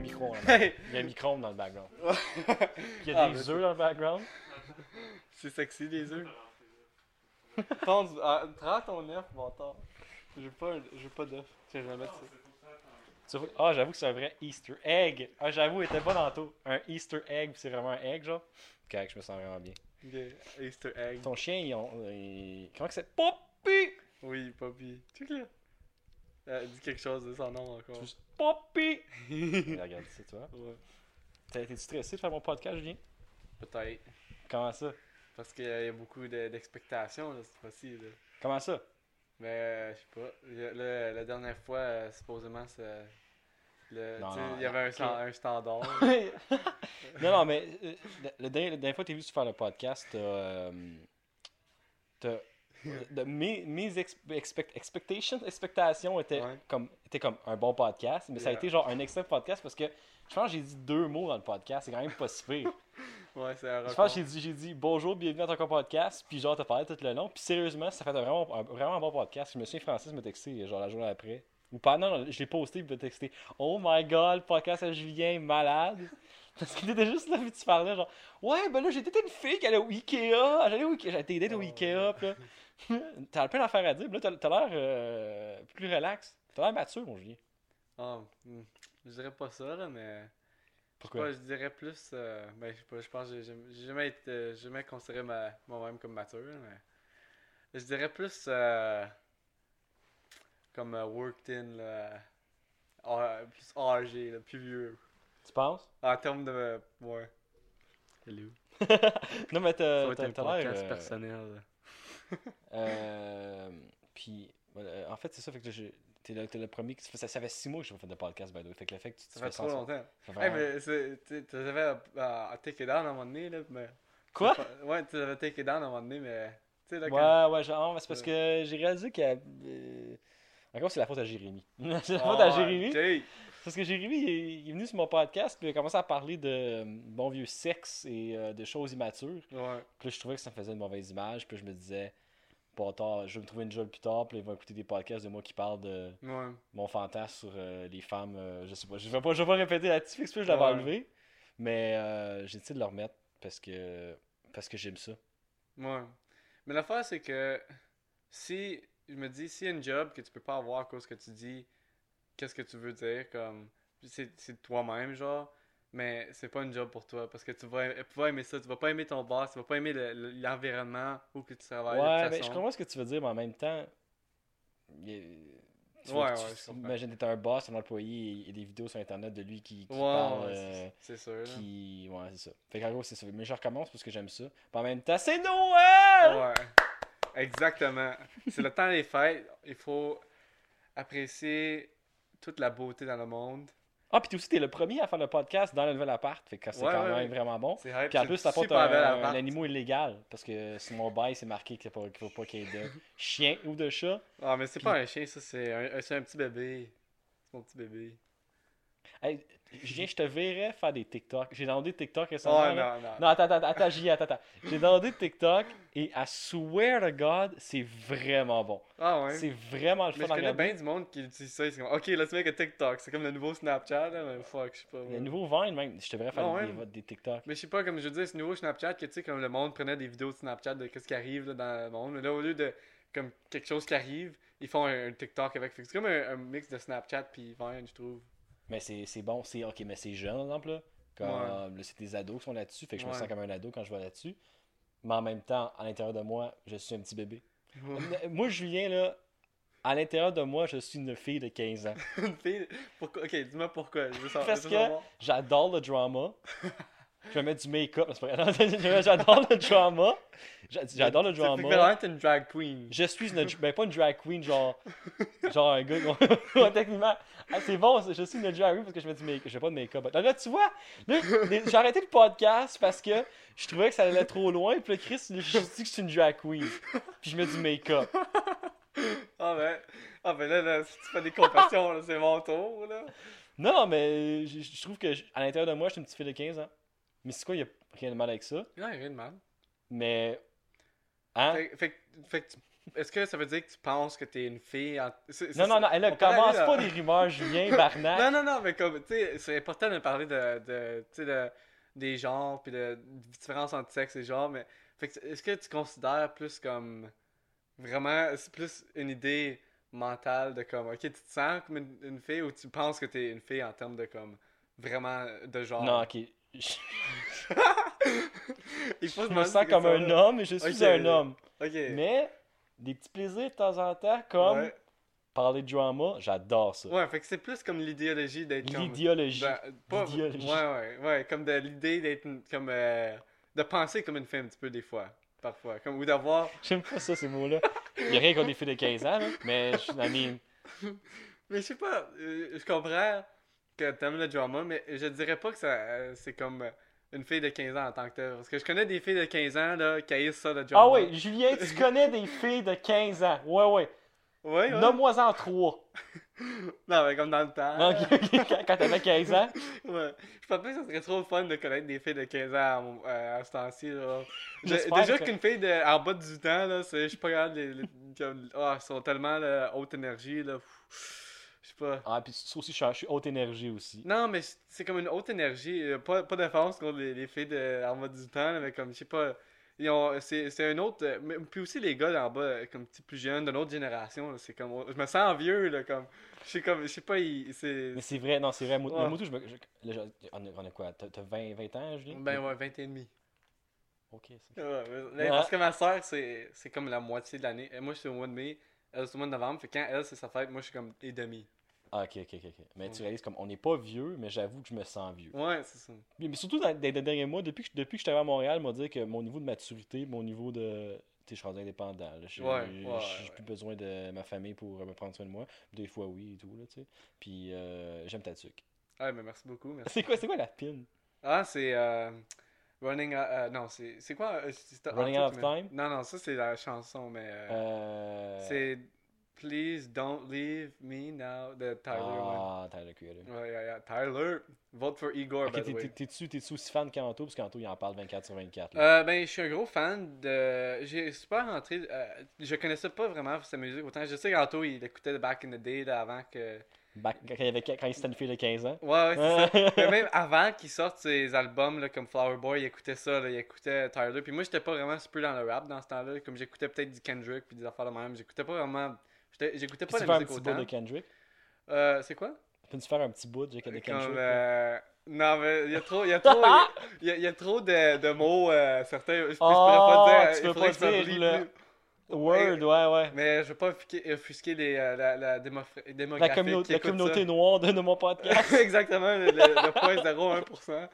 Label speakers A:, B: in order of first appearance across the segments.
A: micro. là. Il y a un micro dans le background. Il y a
B: Ah,
A: des
B: mais-
A: œufs dans le background.
B: C'est sexy, les œufs. Prends du- ah, prends ton œuf, bâtard. J'ai pas, un- j'ai pas d'œuf. Tiens, je vais mettre ça.
A: Tu vois- Ah, j'avoue que c'est un vrai Easter egg. Ah, j'avoue, il était pas dans tout. Un Easter egg, puis c'est vraiment un egg, genre. Correct, je me sens vraiment bien.
B: Des Easter egg.
A: Ton chien, ils ont. ils- Comment que c'est Poppy
B: Oui, Poppy. Tu clair. Elle dit quelque chose de son nom encore.
A: Juste Poppy Il Regarde ici, tu vois.
B: Ouais.
A: T'as été stressé de faire mon podcast, Julien
B: Peut-être.
A: Comment ça
B: Parce qu'il y a beaucoup de- d'expectations là, cette fois-ci. là.
A: Comment ça
B: Mais euh, je sais pas. Il y a- là, la dernière fois, euh, supposément, c'est. Le,
A: Non,
B: tu sais,
A: non,
B: il y avait un,
A: ok.
B: stand- un standard.
A: non, non, mais euh, la, la dernière, la dernière fois que tu es venu faire le podcast, t'as. euh, t'as- de- mes mes ex- expect- expectations, expectations étaient,
B: Ouais.
A: comme, étaient comme un bon podcast, mais ça a
B: Yeah.
A: été genre un excellent podcast parce que je pense que j'ai dit deux mots dans le podcast, c'est quand même pas si pire.
B: ouais, c'est un
A: Je
B: record.
A: pense que j'ai dit, j'ai dit bonjour, bienvenue à ton co- podcast, puis genre t'as parlé tout le long, puis sérieusement, ça fait un vraiment, un vraiment bon podcast. Je me souviens, Francis m'a texté genre la journée après. Ou pas, non, non, je l'ai posté, puis il m'a texté Oh my god, le podcast à Julien, malade. Parce qu'il était juste là, puis tu parlais genre Ouais, ben là, j'étais une fille qui allait au Ikea, j'allais au Ikea, j'allais t'aider au
B: Oh.
A: Ikea, puis là. T'as plein d'affaires à dire, puis là, t'as- t'as l'air euh, plus relax. T'as l'air mature, mon Julien.
B: Ah, hmm. je dirais pas ça, là, mais.
A: Pourquoi
B: Ouais, je dirais plus. euh, ben, je sais pas, je pense que j'ai jamais- j'ai jamais, été- euh, j'ai jamais considéré ma, moi-même comme mature, mais. Je dirais plus. euh, comme euh, worked in, là. ah, plus âgé, là, plus vieux.
A: Tu penses
B: En termes de. euh, ouais. Hello.
A: Non, mais
B: Ça
A: t'as
B: va être
A: t'as-
B: un
A: t'as l'air.
B: podcast
A: euh,
B: personnel. là.
A: Euh, puis, voilà, euh, en fait, c'est ça, fait que je- t'es le, t'es le premier qui se fait. Ça, ça fait six mois que je pas fait de podcast, by the way. Fait que le fait que tu te
B: Ça fait trop longtemps.
A: ça fait
B: Hey,
A: vraiment-
B: mais c'est- tu tu avais à, euh, à, à Take It Down à un moment donné, là, mais.
A: Quoi?
B: Ouais, tu avais Take It Down à un moment donné, mais. Tu sais, là, quand-
A: Ouais, ouais, genre, c'est parce que j'ai réalisé qu'il y a. euh, Encore, c'est la faute à Jérémy. c'est la faute à
B: Oh,
A: Jérémy.
B: Jake.
A: Parce que Jérémy, il est, il est venu sur mon podcast, puis il a commencé à parler de euh, bon vieux sexe et euh, de choses immatures.
B: Ouais.
A: Puis là, je trouvais que ça me faisait une mauvaise image, puis je me disais, bon, tard, je vais me trouver une job plus tard, puis là, ils vont écouter des podcasts de moi qui parle de.
B: Ouais.
A: mon fantasme sur euh, les femmes, euh, je sais pas, je vais pas, je vais pas répéter là-dessus, fait que c'est pour ça que je l'avais
B: Ouais.
A: enlevé, mais euh, j'ai décidé de le remettre parce que parce que j'aime ça.
B: Ouais. Mais l'affaire, c'est que si, je me dis, s'il y a une job que tu peux pas avoir à cause que tu dis, qu'est-ce que tu veux dire, comme, c'est c'est de toi-même, genre, mais c'est pas une job pour toi parce que tu vas, tu vas aimer ça, tu vas pas aimer ton boss, tu vas pas aimer le- le- l'environnement où que tu travailles, de toute
A: Ouais, mais je
B: façon.
A: comprends ce que tu veux dire, mais en même temps, il y a- tu vois,
B: Ouais,
A: tu-
B: ouais,
A: tu
B: je comprends.
A: imagines t'es un boss, un employé et, et des vidéos sur internet de lui qui, qui
B: Ouais,
A: parle,
B: ouais,
A: euh,
B: c'est c'est sûr, là.
A: qui, ouais, c'est ça. Fait qu'en gros c'est ça. Mais je recommence parce que j'aime ça. Puis en même temps, c'est Noël.
B: Ouais, exactement. C'est le temps des fêtes. Il faut apprécier toute la beauté dans le monde.
A: Ah puis toi aussi t'es le premier à faire le podcast dans le nouvel appart, fait que c'est
B: Ouais,
A: quand
B: ouais,
A: même
B: ouais.
A: vraiment bon.
B: C'est hype,
A: Puis en
B: c'est
A: plus, ça porte
B: super
A: un,
B: belle
A: un
B: appart.
A: animal illégal. Parce que sur mon bail, c'est marqué qu'il ne faut pas qu'il y ait de chien ou de chat.
B: Ah, mais c'est pas un chien, ça, c'est un, euh, c'est un petit bébé. C'est mon petit bébé.
A: Hey, Julien, je te verrais faire des TikTok. J'ai demandé TikTok
B: Oh,
A: récemment.
B: non,
A: là.
B: non.
A: Non, attends, attends, attends, Julien, attends, attends. J'ai demandé TikTok et I swear to God, c'est vraiment bon.
B: Ah, ouais.
A: C'est vraiment le
B: Mais
A: fun
B: je
A: à
B: connais
A: regarder.
B: bien du monde qui utilise ça. C'est comme, ok, là, tu mets que TikTok. C'est comme le nouveau Snapchat, là, mais fuck, je sais pas. moi.
A: Le nouveau Vine, même, je te verrais faire
B: Ah ouais.
A: des, des- des TikTok.
B: Mais je sais pas, comme je dis, ce nouveau Snapchat, que tu sais, comme le monde prenait des vidéos de Snapchat de qu'est-ce qui arrive là, dans le monde. Mais là, au lieu de comme quelque chose qui arrive, ils font un, un TikTok avec. Fait que C'est comme un, un mix de Snapchat puis Vine, je trouve.
A: Mais c'est c'est bon, c'est ok, mais c'est jeune, par exemple. Là. Comme,
B: Ouais.
A: là, c'est des ados qui sont là-dessus, fait que je me
B: Ouais.
A: sens comme un ado quand je vois là-dessus. Mais en même temps, à l'intérieur de moi, je suis un petit bébé. Mais Moi, Julien, là, à l'intérieur de moi, je suis une fille de 15 ans.
B: Une fille- Pourquoi Ok, dis-moi pourquoi. Je veux savoir.
A: Parce
B: je veux
A: que-
B: savoir.
A: J'adore le drama. Je mets du make-up. c'est pas vrai. Non, J'adore le drama. J'a- J'adore le
B: Ça fait que
A: drama.
B: vraiment, t'es une drag queen.
A: Je suis une. Ben, pas une drag queen, genre. Genre un gars. Ouais, Techniquement. Ah, C'est bon, c'est- je suis une drag queen parce que je mets du make-up. Je mets pas de make-up. Ben, Là, là, tu vois, là, les- j'ai arrêté le podcast parce que je trouvais que ça allait trop loin. Puis le Chris, je dis que je suis une drag queen. Puis je mets du make-up.
B: Ah ben, ah ben là, là, si tu fais des compassions, là, c'est mon tour, là.
A: Non, non, mais euh, je, je trouve que je- à l'intérieur de moi, je suis une petite fille de 15 ans. Mais c'est quoi, il n'y a rien de mal avec ça.
B: Non, il y a rien de mal.
A: Mais. Hein?
B: Fait, fait, que- fait que tu Est-ce que ça veut dire que tu penses que t'es une fille en- c'est- c'est-
A: Non, non, non, elle, là,
B: on parlait,
A: commence
B: là.
A: pas des rumeurs, Julien, Barnac.
B: Non, non, non, mais comme, tu sais, c'est important de parler de, de tu sais, de, des genres, puis de, de différences entre sexes et genres, mais fait que, est-ce que tu considères plus comme, vraiment, c'est plus une idée mentale de comme, ok, tu te sens comme une, une fille ou tu penses que t'es une fille en termes de comme, vraiment, de genre?
A: Non, ok. Je,
B: Il faut se
A: je me
B: demander
A: sens
B: ces
A: comme un
B: questions-là.
A: homme et je suis
B: Ok.
A: un homme.
B: Ok.
A: Mais, des petits plaisirs de temps en temps, comme
B: Ouais.
A: parler de drama, j'adore ça.
B: Ouais, fait que c'est plus comme l'idéologie d'être comme...
A: L'idéologie.
B: Ben, pas-
A: L'idéologie.
B: Ouais, ouais, ouais, comme de l'idée d'être une- comme euh, de penser comme une fille un petit peu des fois, parfois, comme ou d'avoir.
A: J'aime pas ça, ces mots-là. Il n'y a rien qu'on des filles de 15 ans, là, mais je suis amie.
B: Mais je sais pas, euh, je comprends que t'aimes le drama, mais je dirais pas que ça, euh, c'est comme euh, une fille de 15 ans en tant que telle, parce que je connais des filles de 15 ans là qui haïssent ça le drama.
A: Ah oui, Julien, tu connais des filles de 15 ans. Ouais, ouais.
B: Ouais, ouais.
A: Nomme-moi en trois.
B: Non, mais comme dans le temps.
A: Non, ok, ok, Quand quand t'avais 15 ans.
B: Ouais. Je pense pas que ça serait trop fun de connaître des filles de 15 ans à, euh, à ce temps-ci. là. Je-
A: J'espère
B: Déjà
A: que-
B: qu'une fille de, en bas de 18 ans, là, c'est- je suis pas capable de les. les- comme- ah, ils sont tellement là, haute énergie. Là. Pff, Je sais pas.
A: Ah, puis ça aussi, je suis- je suis haute énergie aussi.
B: Non, mais c'est- c'est comme une haute énergie. euh, Pas, pas d'offense contre les, les filles de, en bas de 18 ans, là, mais comme, je sais pas. ils ont- C'est c'est un autre. euh, mais- Puis aussi les gars d'en bas, euh, comme petit plus jeunes, d'une autre génération, là, c'est comme. oh, Je me sens vieux, là, comme. Je sais comme, je sais pas, il- c'est.
A: Mais c'est vrai, non, c'est vrai. Moi,
B: Ouais.
A: moi, tout, je me. je- là, je- on, a, on a quoi T'as t'as 20, 20 ans, Julien
B: Ben ouais, 20 et demi.
A: Ok, ça.
B: Ouais, mais- mais Parce que ma soeur, c'est c'est comme la moitié de l'année. Et Moi, je suis au mois de mai, elle, c'est au mois de novembre. Fait quand elle, c'est sa fête, moi, je suis comme et demi.
A: Ah, ok, ok, ok. ok. Mais tu
B: Ouais.
A: réalises, comme, on n'est pas vieux, mais j'avoue que je me sens vieux.
B: Ouais, c'est ça.
A: Mais, mais surtout, dans, dans les derniers mois, depuis que, je- depuis que je suis arrivé à Montréal, m'a dit que mon niveau de maturité, mon niveau de. Tu sais, je suis rendu indépendant. là. Je
B: Ouais, ouais,
A: je- j'ai
B: ouais.
A: plus besoin de ma famille pour euh, me prendre soin de moi. Des fois, oui et tout, là, tu sais. Puis, euh, j'aime ta tuque.
B: Ouais, mais Ah, ben, merci beaucoup. Merci.
A: C'est quoi, c'est quoi la pin
B: Ah, c'est euh, Running. euh, non, c'est c'est quoi euh, c'est- c'est-
A: Running
B: en
A: Out
B: tout,
A: of
B: mais-
A: Time?
B: Non, non, ça, c'est la chanson, mais euh,
A: Euh.
B: c'est Please Don't Leave Me Now de Tyler. ouais.
A: Ah, Tyler Creator.
B: Ouais, ouais, ouais. Tyler, vote for Igor, by
A: Ok,
B: the way.
A: t'es- t'es- t'es-tu t'es-tu aussi fan de Kanto? Parce que Kanto, il en parle 24 sur 24. là.
B: Euh, ben, je suis un gros fan de. J'ai je suis pas rentré. euh, je connaissais pas vraiment sa musique autant. Je sais qu'Anto, il écoutait Back in the Day là, avant que.
A: Back- quand, il avait, quand il s'était une fille de 15 ans.
B: Ouais, ouais, c'est ça. Mais même avant qu'il sorte ses albums là, comme Flower Boy, il écoutait ça, là, il écoutait Tyler. Puis moi, j'étais pas vraiment super dans le rap dans ce temps-là. Comme j'écoutais peut-être du Kendrick puis des affaires de même. J'écoutais pas vraiment. j'étais- J'écoutais pas
A: Peux-tu
B: la
A: faire un
B: musique
A: petit bout
B: autant.
A: de Kendrick?
B: Euh, c'est quoi?
A: Peux-tu faire un petit bout de de Kendrick?
B: Comme, euh, Non, mais il y a trop, il y a trop, il y a, il y a trop de, de mots euh, certains. Je, je
A: Oh,
B: pourrais pas dire.
A: tu
B: il
A: peux
B: faudrait
A: pas
B: que je me
A: dire,
B: blie
A: là.
B: plus.
A: Word, ouais, ouais.
B: Mais je veux pas offusquer, offusquer les, euh, la, la démographique
A: La, communauté- la communauté noire de, de mon podcast.
B: Exactement, le, le, le 0.01%.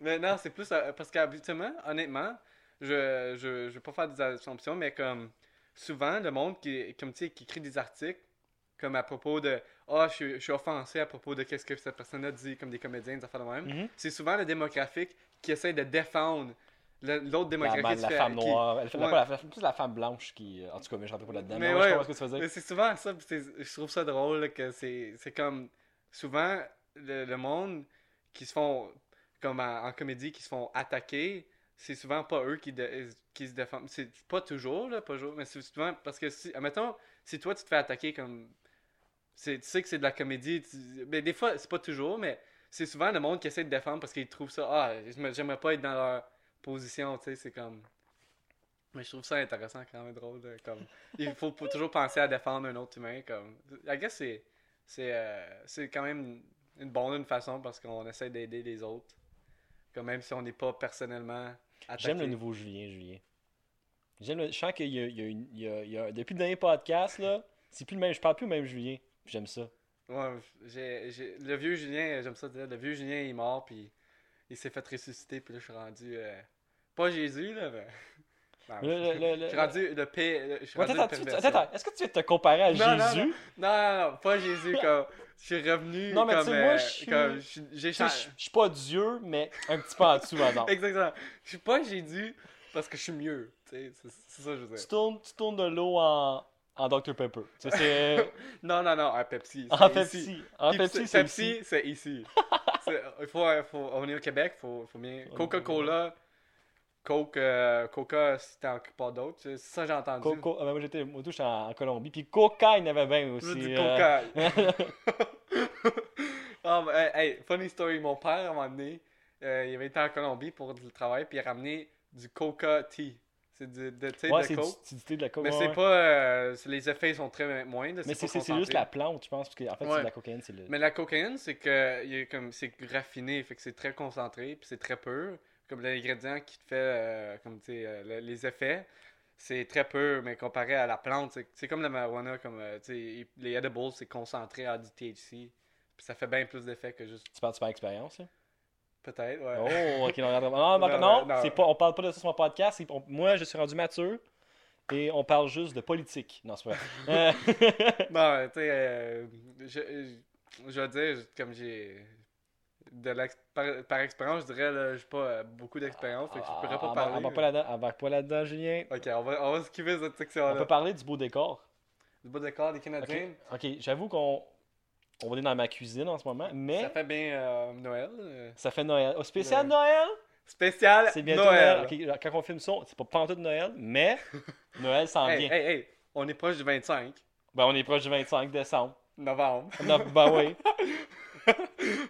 B: Mais non, c'est plus... euh, parce qu'habituellement, honnêtement, je, je, je veux pas faire des assumptions, mais comme souvent, le monde qui, comme, tu sais, qui écrit des articles, comme à propos de « Ah, je, suis- je suis offensé à propos de qu'est-ce que cette personne-là dit, comme des comédiens, des affaires de même
A: Mhm.
B: c'est souvent le démographique qui essaie de défendre le- l'autre
A: La,
B: démographique.
A: la
B: qui-
A: femme
B: qui-
A: noire. Elle fait-
B: Ouais.
A: pas la- plus la femme blanche qui. euh, En tout cas, mais je rentre pas là-dedans.
B: Mais
A: Mais, ouais, je
B: ouais.
A: comprends ce que tu veux
B: Mais
A: dire.
B: c'est souvent ça, pis c'est- je trouve ça drôle là, que c'est c'est comme souvent le, le monde qui se font comme en, en comédie qui se font attaquer, c'est souvent pas eux qui, de- qui se défendent. C'est pas toujours là, pas toujours, mais c'est souvent parce que si admettons si toi tu te fais attaquer comme c'est tu sais que c'est de la comédie, tu- mais des fois c'est pas toujours mais c'est souvent le monde qui essaie de défendre parce qu'ils trouvent ça ah, j'aime- j'aimerais pas être dans leur position, tu sais, c'est comme mais je trouve ça intéressant quand même drôle de, comme il faut p- toujours penser à défendre un autre humain comme I guess c'est c'est euh, c'est quand même une bonne une façon parce qu'on essaie d'aider les autres comme même si on n'est pas personnellement attaqué.
A: J'aime le nouveau Julien, Julien. J'aime le- Je sens qu'il y a, il y a une- il y a- il y a- Depuis le dernier podcast, là, c'est plus le même. Je parle plus au même Julien. J'aime ça.
B: Ouais, j'ai- j'ai- le vieux Julien j'aime ça dire le vieux Julien il est mort puis il s'est fait ressusciter puis là je suis rendu euh, pas Jésus là mais Non,
A: Le- le- le-
B: je suis
A: le-
B: rendu le paix je suis
A: Ouais,
B: rendu
A: attends,
B: une
A: tu-
B: perversion.
A: attends, est-ce que tu veux te comparer à
B: Non, non,
A: Jésus?
B: non non non pas Jésus comme je suis revenu
A: Non, mais tu
B: comme,
A: sais, moi,
B: euh,
A: je suis-
B: comme je suis- j'ai
A: Tu sais,
B: changé
A: Je je suis pas Dieu, mais un petit peu en dessous, maintenant. tu,
B: Exactement. Je suis pas Jésus parce que je suis mieux. tu sais, C'est c'est ça que je veux dire.
A: tournes, tu tournes de l'eau en, en Dr Pepper. Ça, c'est
B: Non, non, non, un Pepsi. c'est
A: en
B: ici.
A: Ah, Pepsi. En
B: Puis
A: Pepsi,
B: c'est-
A: c'est
B: Pepsi,
A: ici.
B: c'est ici. C'est- il faut, il faut- on est au Québec, faut, faut bien. Coca-Cola. Coke, euh, Coca, si t'en as pas d'autres. C'est ça, que j'ai entendu.
A: Coco, ah, ben, moi j'étais moi, tout, j'étais en, en Colombie. Puis Coca, il y en avait bien
B: Je veux
A: aussi.
B: du
A: euh.
B: Coca. Ah, mais, hey, hey, funny story. Mon père, à un moment donné, euh, il avait été en Colombie pour le travail, puis il a ramené du Coca Tea. C'est du, de, tu sais,
A: ouais,
B: de
A: c'est du,
B: Coke.
A: c'est du thé de la coke.
B: Mais
A: ouais,
B: c'est
A: ouais.
B: pas. euh, c'est- les effets sont très euh, moindres.
A: Mais c'est,
B: pas
A: c'est- c'est juste
B: concentré.
A: la plante, je pense, parce qu'en fait, c'est
B: Ouais.
A: de la cocaïne, c'est le.
B: Mais la cocaïne, c'est que il est comme c'est raffiné, fait que c'est très concentré, puis c'est très pur. Comme l'ingrédient qui te fait, euh, comme tu sais, euh, le- les effets, c'est très pur, mais comparé à la plante, c'est- c'est comme la marijuana, comme euh, tu sais, il- les edibles, c'est concentré à du THC, puis ça fait bien plus d'effets que juste
A: Tu parles de par expérience, là?
B: peut-être, ouais.
A: Oh, ok, non, regarde- non, non,
B: Non,
A: non,
B: non.
A: c'est pas, on parle pas de ça sur mon podcast. c'est- on- moi, je suis rendu mature et on parle juste de politique. Non, c'est pas vrai. Euh,
B: Non, tu sais, euh, je, je, je veux dire, comme j'ai de l'ex- par, par expérience, je dirais, là, j'ai pas euh, beaucoup d'expérience, fait que je pourrais
A: Ah, on
B: pas
A: va-
B: parler.
A: On va pas là-dedans, on va pas là-dedans, Julien.
B: Ok, on va, on va skipper cette
A: On
B: section-là.
A: peut parler du beau décor.
B: Du bas de corps des
A: Ok,
B: Canadiens.
A: ok, j'avoue qu'on on est dans ma cuisine en ce moment, mais
B: Ça fait bien euh, Noël. euh,
A: ça fait Noël. Oh, spécial Noël!
B: Spécial
A: C'est bientôt Noël.
B: Noël.
A: Ok, Quand on filme ça, c'est pas pantoute de Noël, mais Noël s'en
B: Hey,
A: vient.
B: hey, hey, on est proche du 25
A: Ben, on est proche du 25 décembre.
B: novembre.
A: On a- ben oui.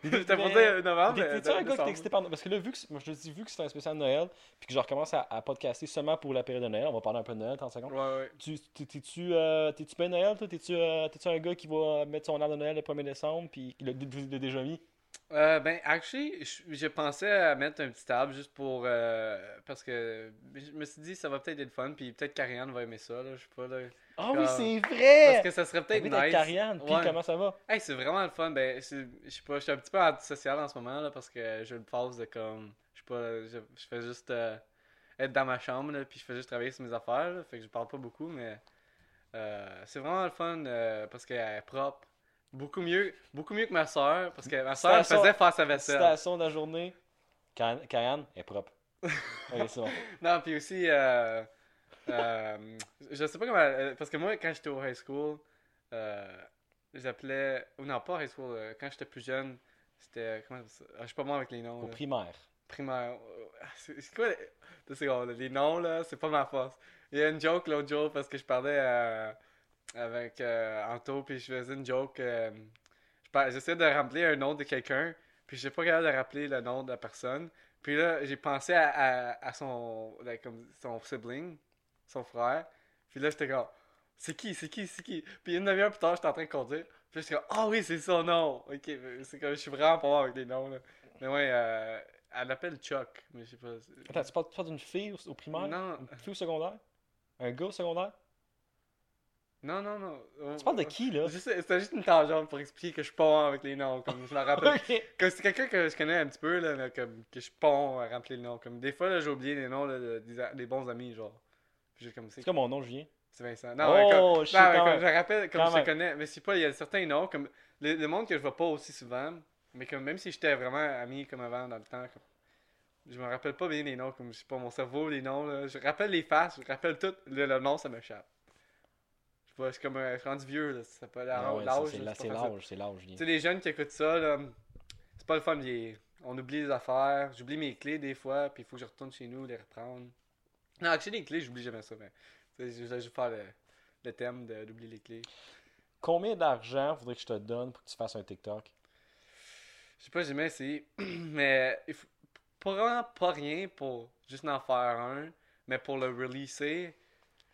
B: J'étais pour
A: Mais-
B: dire novembre. mais ben,
A: T'es-tu un gars qui
B: décembre.
A: t'es excité par Noël? Parce que là, vu que, c'est- moi, je te dis, vu que c'est un spécial de Noël, puis que je recommence à, à podcaster seulement pour la période de Noël, on va parler un peu de Noël, 30 secondes.
B: Ouais, ouais.
A: Tu- t'es- T'es-tu euh, t'es-tu bien Noël, toi? T'es-tu euh, t'es-tu un gars qui va mettre son arbre de Noël le 1er décembre, puis il l'a il l'a déjà mis?
B: Euh, ben, actually, je, je pensais à mettre un petit table juste pour. euh, parce que je me suis dit, ça va peut-être être fun, puis peut-être qu'Ariane va aimer ça, là, je sais pas, là.
A: Ah oui,
B: Comme-
A: c'est
B: Parce
A: vrai!
B: que ça serait peut-être
A: T'habites avec
B: nice.
A: Ariane, puis
B: Ouais.
A: comment ça va?
B: Hey, c'est vraiment le fun. Ben, c'est- je sais pas, je suis un petit peu antisocial en ce moment là, parce que j'ai une phase de comme, je sais pas, je, je fais juste euh, être dans ma chambre là, puis je fais juste travailler sur mes affaires, là, fait que je parle pas beaucoup, mais euh, c'est vraiment le fun euh, parce qu'elle est propre, beaucoup mieux, beaucoup mieux que ma soeur, parce que ma soeur elle
A: Citation-
B: faisait faire sa vaisselle.
A: Citation de la journée. Karen, Karen est propre. Ok, c'est bon.
B: Non, puis aussi, euh, euh, je sais pas comment. euh, Parce que moi, quand j'étais au high school, euh, j'appelais. Ou non, pas high school. euh, quand j'étais plus jeune, c'était. Comment ça? ah, je suis pas bon avec les noms.
A: Au
B: là.
A: primaire.
B: Primaire. euh, ah, C'est c'est quoi les. Deux secondes, là, les noms, là, c'est pas ma force. Il y a une joke l'autre jour parce que je parlais euh, avec euh, Anto, puis je faisais une joke. euh, je par- J'essayais de rappeler un nom de quelqu'un, puis j'ai pas capable de rappeler le nom de la personne. Puis là, j'ai pensé à, à- à son, like, comme son sibling, son frère. Puis là, j'étais comme, c'est qui, c'est qui, c'est qui? Puis une demi-heure plus tard, j'étais en train de conduire. Puis là, j'étais comme, ah oui, c'est son nom. Ok, c'est comme, je suis vraiment pas bon avec les noms, là. Mais ouais, euh, elle l'appelle Chuck, mais je sais pas. c'est-
A: Attends, tu parles, tu parles d'une fille au, au primaire?
B: Non,
A: Une fille au secondaire? Un gars au secondaire?
B: non, non, non.
A: Tu parles de qui, là?
B: Juste- C'était juste une tangente pour expliquer que je suis pas bon avec les noms, comme je me rappelle.
A: Ok.
B: Comme c'est quelqu'un que je connais un petit peu, là, mais comme, que je suis pas bon à rappeler le nom. Comme des fois, là, j'ai oublié les noms là, de- des, a- des bons amis, genre. Puis j'ai comme, c'est
A: C'est comme mon nom, Julien.
B: c'est Vincent. Non, mais comme,
A: Oh,
B: non,
A: shit, quand
B: mais comme
A: même.
B: je rappelle, comme
A: Quand
B: je
A: même.
B: te connais, mais c'est pas, il y a certains noms, comme le, le monde que je vois pas aussi souvent, mais comme même si j'étais vraiment ami comme avant dans le temps, comme, je me rappelle pas bien les noms, comme je sais pas, mon cerveau, les noms, là, je rappelle les faces, je rappelle tout, le, le nom, ça m'échappe. Je sais pas, je suis comme un je suis rendu vieux, là, ça peut
A: Ah ouais,
B: l'âge,
A: ça,
B: là,
A: c'est
B: c'est
A: là-
B: pas
A: c'est
B: facile.
A: l'âge, c'est l'âge, Julien.
B: Tu sais, les jeunes qui écoutent ça, là, c'est pas le fun de vieillir. On oublie les affaires, j'oublie mes clés des fois, puis il faut que je retourne chez nous les reprendre. Non, actually, les clés, j'oublie jamais ça, mais tu sais, je voulais juste faire le, le thème de- d'oublier les clés.
A: Combien d'argent faudrait que je te donne pour que tu fasses un TikTok?
B: Je sais pas, j'ai jamais essayé, mais il faut pas vraiment pas rien pour juste en faire un, mais pour le releaser,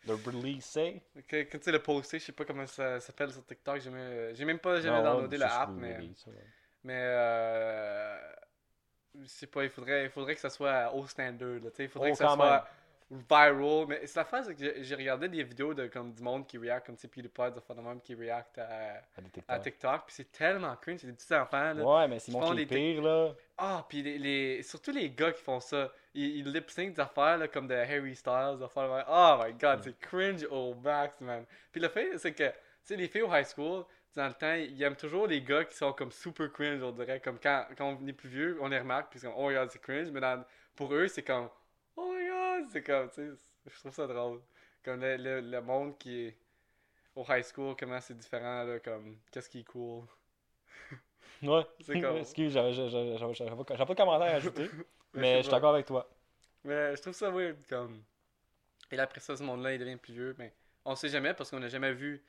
A: Le releaser?
B: que, que, tu sais, le poster, je sais pas comment ça s'appelle sur TikTok, j'ai même, j'ai même pas
A: Non,
B: jamais downloadé
A: ouais,
B: la
A: juste
B: app,
A: le
B: mais...
A: release, ouais.
B: Mais euh, je sais pas, il faudrait, il faudrait que ça soit au standard, là, tu sais, il faudrait
A: Oh,
B: que ça
A: quand
B: soit viral. Mais c'est la phase c'est que j'ai- j'ai regardé des vidéos de comme du monde qui react, comme tu sais, PewDiePie, des affaires de même qui react à,
A: À des
B: à
A: TikTok.
B: TikTok, puis c'est tellement cringe, c'est des petits enfants, là.
A: Ouais, mais c'est
B: Ils
A: mon
B: font
A: qui est
B: des tic-
A: pire, là.
B: Ah, puis les, les- surtout les gars qui font ça, ils, ils lip sync des affaires, là, comme de Harry Styles, des affaires de même. Oh my god, c'est cringe au max, man. Puis le fait, c'est que, tu sais, les filles au high school, dans le temps, ils aiment toujours les gars qui sont comme super cringe, on dirait. Comme quand, quand on est plus vieux, on les remarque, puis c'est comme, oh my god, c'est cringe. Mais dans- pour eux, c'est comme, oh my god, c'est comme, tu sais, je trouve ça drôle. Comme le, le- le monde qui est au high school, comment c'est différent, là, comme, qu'est-ce qui est cool.
A: Ouais.
B: C'est comme-
A: Excuse, j'avais j'avais- j'avais- j'avais pas j'avais pas de commentaire à ajouter, mais je suis
B: pas.
A: d'accord avec toi.
B: Mais je trouve ça weird, comme. Et là, après ça, ce monde-là, il devient plus vieux. Mais on sait jamais parce qu'on n'a jamais vu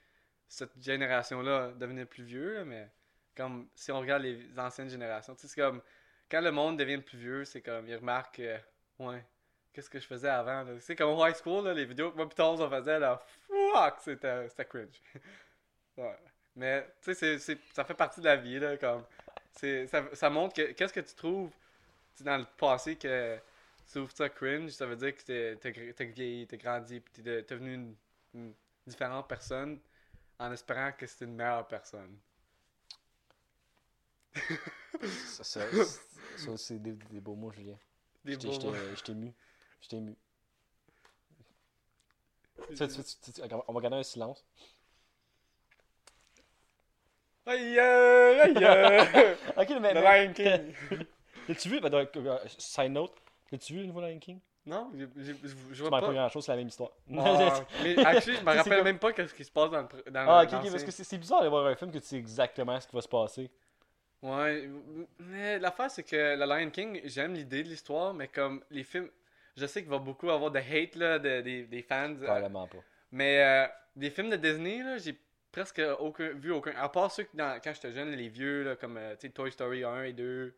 B: cette génération-là devenir plus vieux. là, mais comme si on regarde les anciennes générations, tu sais, c'est comme quand le monde devient plus vieux, c'est comme ils remarquent, euh, ouais, qu'est-ce que je faisais avant. là? Tu sais, comme au high school, là, les vidéos que moi, plus tard, on faisait, là, fuck, c'était c'était cringe. ouais. Mais tu sais, c'est- c'est- ça fait partie de la vie, là, comme. c'est- Ça, ça montre que qu'est-ce que tu trouves tu sais, dans le passé que tu trouves ça cringe, ça veut dire que t'es- t'as gr- t'as vieilli, t'as grandi, puis t'es de- t'es devenu une, une différente personne en espérant que c'était une meilleure personne.
A: Ça, ça- c'est- ça, c'est des, des beaux mots, Julien.
B: Des
A: Je t'ai- je
B: beaux mots.
A: t'ai- je t'ai mu. Je t'ai mu. Tu- tu- tu- tu- on va garder un silence.
B: Aïe, euh, aïe, euh.
A: Ok, mais.
B: The
A: mais
B: Lion King.
A: L'as-tu vu? Ben, donc, euh, side note. L'as-tu vu le nouveau Lion King?
B: Non, j'ai- j'ai- je je
A: Je
B: vois
A: m'en
B: pas.
A: pas grand chose, c'est la même histoire.
B: Ah, mais actually, je me
A: C'est
B: rappelle
A: comme-
B: même pas qu'est-ce qui se passe dans le. pr- Dans
A: Ah,
B: le-
A: ok,
B: dans
A: ok,
B: le
A: parce
B: scène.
A: que c'est c'est bizarre de voir un film que tu sais exactement ce qui va se passer.
B: Ouais, mais l'affaire c'est que le Lion King, j'aime l'idée de l'histoire, mais comme les films, je sais qu'il va beaucoup avoir de hate là, de- des, des fans, euh,
A: Probablement pas.
B: mais euh, des films de Disney, là, j'ai presque aucun, vu aucun, à part ceux que dans- quand j'étais jeune, les vieux, là, comme euh, tu sais, Toy Story 1 et 2,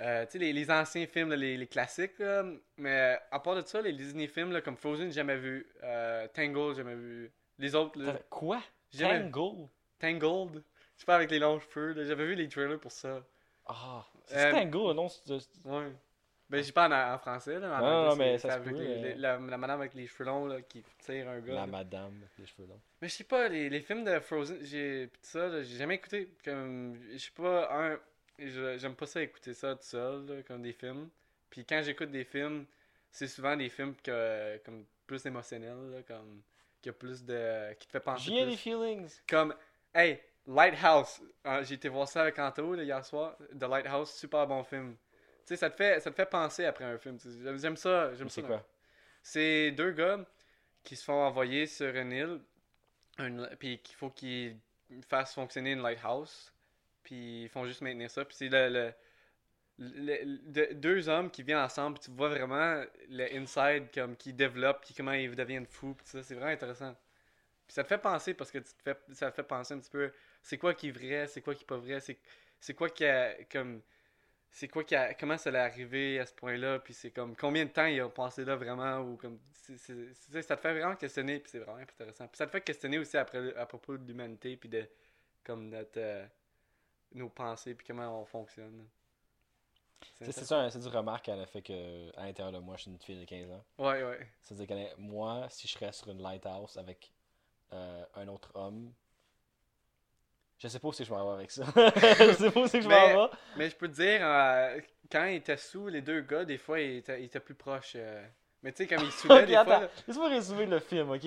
B: euh, tu sais, les, les anciens films, là, les, les classiques, là, mais euh, à part de ça, les Disney films là, comme Frozen, j'ai jamais vu, euh, Tangled, j'ai jamais vu, les autres, là,
A: Attends, Quoi?
B: j'ai jamais vu,
A: Tangle?
B: Tangled, je sais pas, avec les longs cheveux, là, j'avais vu les trailers pour ça.
A: Ah,
B: Euh,
A: c'est Tangle, non? c'est- c'est-
B: Ouais. Ben, j'ai pas en, en français, là. mais en
A: Non,
B: anglais,
A: non, mais
B: c'est-
A: ça
B: c'est
A: se
B: avec
A: peut,
B: les-
A: euh.
B: les- la, la madame avec les cheveux longs, là, qui tire un gars.
A: La
B: là.
A: madame avec les cheveux longs.
B: Mais je sais pas, les, les films de Frozen, j'ai pis tout ça, là, j'ai jamais écouté. Comme, je sais pas, un, je- j'aime pas ça écouter ça tout seul, là, comme des films. Puis quand j'écoute des films, c'est souvent des films que, comme, plus émotionnels, là, comme, qui a plus de, qui te fait penser
A: J'ai
B: Ah, plus.
A: des feelings.
B: Comme, hey, Lighthouse. Euh, j'ai été voir ça avec Anto là, hier soir. The Lighthouse, super bon film. Tu sais, ça te fait, ça te fait penser après un film. tu sais. J'aime j'aime ça. J'aime
A: Mais c'est
B: ça.
A: quoi?
B: C'est deux gars qui se font envoyer sur une île, une- puis qu'il faut qu'ils fassent fonctionner une lighthouse, puis ils font juste maintenir ça. Puis c'est le, le- le- le- de- deux hommes qui viennent ensemble, puis tu vois vraiment le inside comme qui développe, puis comment ils deviennent fous, puis ça, c'est vraiment intéressant. Puis ça te fait penser parce que tu te fais- ça te fait penser un petit peu, c'est quoi qui est vrai, c'est quoi qui est pas vrai, c'est c'est quoi qui a comme c'est quoi qui a, comment ça l'est arrivé à ce point-là, puis c'est comme combien de temps il a passé là vraiment, ou comme, c'est- c'est- c'est ça, ça te fait vraiment questionner, puis c'est vraiment intéressant. Puis ça te fait questionner aussi après, à propos de l'humanité, puis de, comme, notre, euh, nos pensées, puis comment on fonctionne. là.
A: Tu
B: C'est
A: sais, C'est ça, un- c'est du remarque qu'elle a fait que, à l'intérieur de moi, je suis une fille de 15 ans.
B: intéressant. Ouais, ouais.
A: C'est-à-dire que ben, moi, si je serais sur une lighthouse avec euh, un autre homme, je sais pas où c'est que je m'en vais avec ça. je sais pas où c'est que je
B: Mais-
A: m'en vais.
B: Mais je peux te dire, euh, quand ils étaient sous, les deux gars, des fois, ils étaient, ils étaient plus proches. euh. Mais tu sais, comme ils se saoulaient,
A: Ok,
B: des fois,
A: attends,
B: là,
A: laisse-moi résumer le film, ok?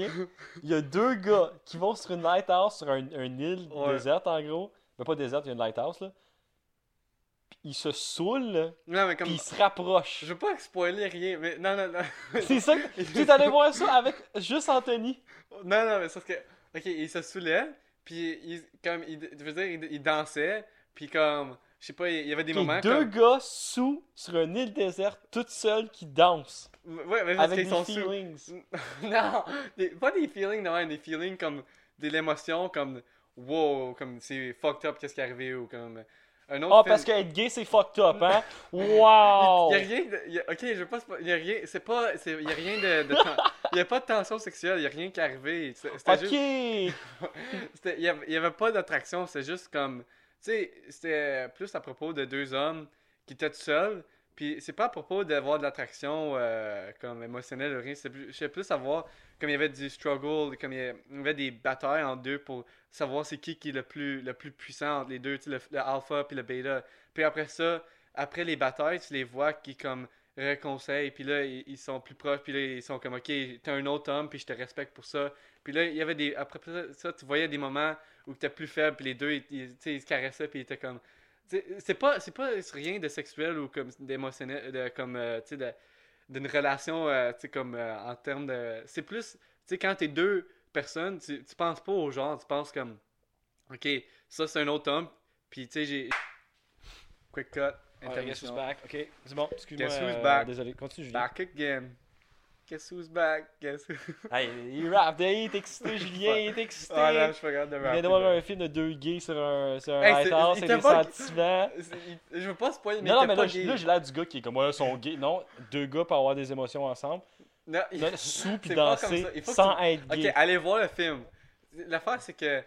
A: Il y a deux gars qui vont sur une lighthouse, sur un, une île
B: Ouais.
A: déserte en gros. Mais pas déserte, il y a une lighthouse là. Puis ils se saoulent,
B: Non, mais comme,
A: puis ils se rapprochent.
B: je veux pas spoiler rien, mais non, non, non.
A: C'est ça que. Tu es allé voir ça avec juste Anthony.
B: Non, non, mais c'est parce que. Ok, il se saoulait, puis il, comme, il, je veux dire, il, il dansait, puis comme, je sais pas, il y avait des
A: Puis
B: moments
A: deux
B: comme.
A: gars sous sur une île déserte, toute seule, qui dansent.
B: Ouais, mais parce
A: Avec
B: qu'ils
A: des
B: sont sous.
A: feelings.
B: Non, des- pas des feelings, non, des feelings comme de l'émotion, comme wow, comme c'est fucked up, qu'est-ce qui est arrivé, ou comme. Un autre
A: Ah,
B: film-
A: parce qu'être gay, c'est fucked up, hein?
B: Il
A: Wow!
B: y a rien de- il y a- ok, je veux pas. spo- Il y a rien. C'est pas. c'est- Il y a rien de. de ten- il y a pas de tension sexuelle, il y a rien qui est arrivé. C'est- C'était juste.
A: Ok!
B: C'était- Il n'y avait, il y avait pas d'attraction, c'est juste comme. Tu sais, c'était plus à propos de deux hommes qui étaient tout seuls. Puis c'est pas à propos d'avoir de l'attraction euh, comme émotionnelle ou rien. C'est plus, c'est plus savoir, comme il y avait du struggle, comme il y a- il y avait des batailles en deux pour savoir c'est qui qui est le plus, le plus puissant entre les deux, tu sais, le, le alpha puis le beta. Puis après ça, après les batailles, tu les vois qui comme réconseillent, puis là, ils, ils sont plus proches, puis là, ils sont comme, ok, t'es un autre homme, puis je te respecte pour ça. Puis là, il y avait des. Après ça- ça, tu voyais des moments où t'étais plus faible, puis les deux, ils, ils- tu sais, ils se caressaient, puis ils étaient comme. tu sais, C'est pas, c'est pas rien de sexuel ou comme d'émotionnel, de, comme, euh, tu sais, de- d'une relation, euh, tu sais, comme euh, en termes de. C'est plus, tu sais, quand t'es deux personnes, tu, tu penses pas au genre, tu penses comme. Ok, ça c'est un autre homme, puis tu sais, j'ai. Quick cut.
A: Ouais, guess who's
B: Intermission.
A: back. Ok, c'est bon, excuse-moi.
B: Guess who's
A: euh,
B: back.
A: Désolé, continue, Julien.
B: Back again. Guess who's back? Guess who?
A: Hey, il rappe, hey, il est excité, Julien, il est excité.
B: Ah non, je suis pas capable de
A: il vient de
B: rappeler,
A: voir
B: là.
A: un film de deux gays sur un, sur un
B: Hey, c'est-
A: lighthouse,
B: il
A: c'est
B: t'a
A: des
B: pas-
A: sentiments.
B: C'est- il- Je veux pas spoiler, mais
A: Non, non,
B: il
A: mais
B: était
A: là,
B: pas
A: j-
B: gay.
A: là, j'ai l'air du gars qui est comme, ouais, ils sont gays. Non, deux gars peuvent avoir des émotions ensemble.
B: Non, il-
A: Non, sous puis
B: C'est pas comme
A: danser
B: ça. Il faut que
A: sans
B: tu-
A: être
B: Ok,
A: gay.
B: allez voir le film. L'affaire, c'est que.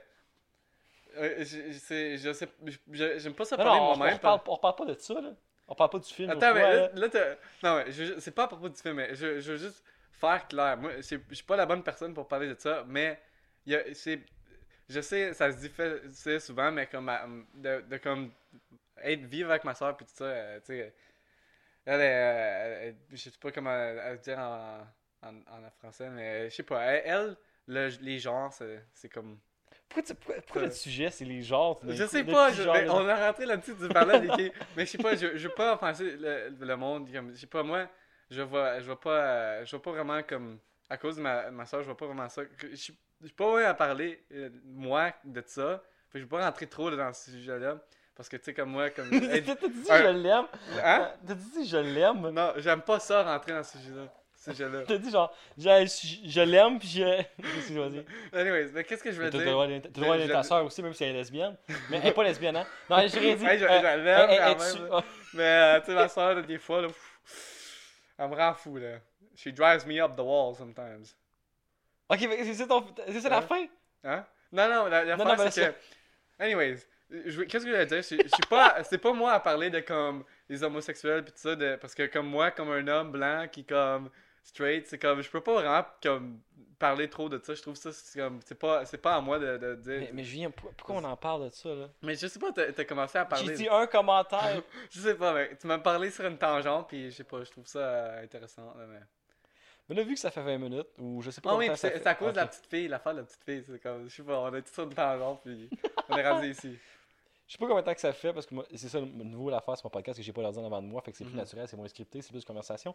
B: euh, je, je sais, je sais, je- j'aime pas ça
A: Non,
B: parler
A: non, on,
B: de moi-même.
A: on, parle, on parle pas de ça, là. On parle pas du film.
B: Attends,
A: au
B: mais
A: fond,
B: là,
A: là.
B: là, t'as- Non, mais je- je- c'est pas à propos du film, mais je, je veux juste faire clair. Moi, c'est- je suis pas la bonne personne pour parler de ça, mais il y a- c'est- je sais, ça se dit fait- c'est souvent, mais comme à- de, de comme être vivre avec ma soeur puis tout ça, euh, tu sais, elle est, euh, elle- je sais pas comment elle- elle dire en, en, en français, mais je sais pas, elle, elle, le- les genres, c'est c'est comme.
A: Pourquoi, tu- pourquoi- pourquoi
B: Euh,
A: le sujet, c'est les genres? tout d'un
B: Je
A: coup,
B: sais
A: le
B: pas,
A: petit
B: je-
A: genre,
B: ben,
A: là.
B: on a rentré là-dessus du parlant des gays, mais je sais pas, je, je veux pas offenser le, le monde, comme, je sais pas, moi, je vois, je vois pas, euh, je vois pas vraiment comme, à cause de ma, ma soeur, je vois pas vraiment ça, que- je suis je suis pas vraiment à parler, euh, moi, de ça, fait que je vais pas rentrer trop dans ce sujet-là, parce que, tu sais, comme moi, comme,
A: T'as
B: hey,
A: t'as dit
B: un-
A: je l'aime?
B: hein?
A: T'as dit je l'aime?
B: Non, j'aime pas ça, rentrer dans ce sujet-là, ce sujet-là.
A: T'as dit genre, je, je- je l'aime pis je. Excuse-moi, vas-y.
B: Anyways, mais qu'est-ce que je
A: T'as
B: veux
A: le
B: dire?
A: droit d'aimer- t'as le droit d'aimer ta
B: Je-
A: soeur aussi, même si elle est lesbienne. Mais elle est pas lesbienne, hein? Non, j'ai rien dit.
B: Hey, je,
A: euh,
B: je
A: elle-
B: l'aime
A: elle- elle-
B: quand même,
A: tu-
B: là. Mais euh, tu sais, ma soeur, là, des fois, là, pff, elle me rend fou, là. She drives me up the wall sometimes.
A: Ok, mais c'est ça ton- c'est ça la
B: Hein?
A: fin?
B: Hein? Non, non, la, la
A: Non,
B: fin,
A: non, mais
B: c'est que. Anyways, je veux- qu'est-ce que je voulais dire? Je je suis pas. C'est pas moi à parler de comme les homosexuels pis tout ça, de, parce que comme moi, comme un homme blanc qui comme straight, c'est comme. Je peux pas vraiment comme parler trop de ça. Je trouve ça, c'est comme. C'est pas, c'est pas à moi de, de dire.
A: Mais,
B: Mais,
A: mais Julien, pourquoi, pourquoi on en parle de ça, là?
B: je sais pas, t'as t'as commencé à parler.
A: J'ai dit ah! un commentaire.
B: Je sais pas, mais tu m'as parlé sur une tangente pis je sais pas, je trouve ça euh, intéressant, là, mais.
A: mais là, vu que ça fait 20 minutes, ou je sais pas
B: Ah
A: combien
B: oui,
A: de
B: pis
A: temps ça
B: c'est
A: fait-
B: c'est à cause de la
A: Ok.
B: petite fille, l'affaire de la petite fille. C'est comme, je sais pas, on a tout ça de tangent, puis on est rendu ici.
A: Je sais pas combien de temps que ça fait, parce que moi, c'est ça le nouveau l'affaire sur mon podcast, que j'ai pas l'ordi en avant de moi, fait que c'est plus
B: Mhm.
A: naturel, c'est moins scripté, c'est plus conversation.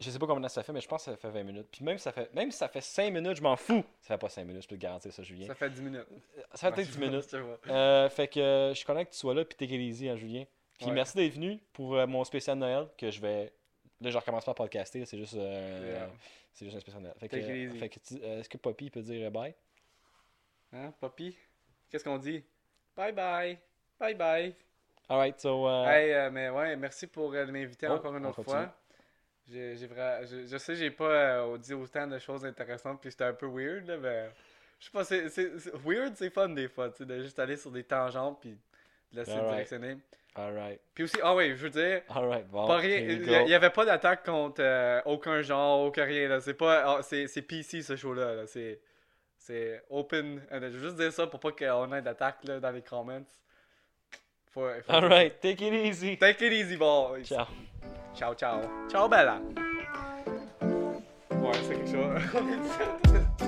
A: Je sais pas combien de temps ça fait, mais je pense que ça fait 20 minutes. Puis même, ça fait, même si ça fait 5 minutes, je m'en fous. Ça fait pas 5 minutes, je peux te garantir ça, Julien.
B: Ça fait 10 minutes.
A: Ça fait peut-être 10
B: Je vois,
A: minutes.
B: je vois.
A: Euh, fait que euh, je suis content que tu sois là, puis t'es easy, hein, Julien. Puis
B: Ouais.
A: merci d'être venu pour euh, mon spécial de Noël, que je vais... Là, je recommence pas à podcaster, c'est juste... euh,
B: Yeah.
A: C'est juste un spécial de Noël. Fait que,
B: Take it
A: euh,
B: easy.
A: fait que tu- euh, est-ce que Poppy il peut dire euh, bye?
B: Hein, Poppy? Qu'est-ce qu'on dit? Bye bye! Bye bye!
A: Alright, so... euh,
B: Hey, euh, mais ouais, merci pour euh, m'inviter
A: Oh,
B: encore une
A: on
B: autre
A: continue.
B: fois. J'ai, j'ai vra- je, je sais, j'ai pas euh, dit autant de choses intéressantes, puis j'étais un peu weird, là, mais je sais pas, c'est, c'est- c'est- weird, c'est fun des fois, tu sais, de juste aller sur des tangentes, puis de laisser
A: Alright.
B: directionner.
A: Alright.
B: Puis aussi, ah oui, je veux dire,
A: Alright, bon.
B: Pas rien-
A: here you
B: il
A: go.
B: y a- il y avait pas d'attaque contre euh, aucun genre, aucun rien. là. C'est pas, ah, c'est c'est PC ce show-là. là. C'est, c'est open. Euh, Je veux juste dire ça pour pas qu'on ait d'attaque là, dans les comments. Faut- faut-
A: Alright, take it easy.
B: Take it easy, boys.
A: Ciao.
B: Ciao, ciao. Ciao, Bella. Ouais, c'est quelque chose.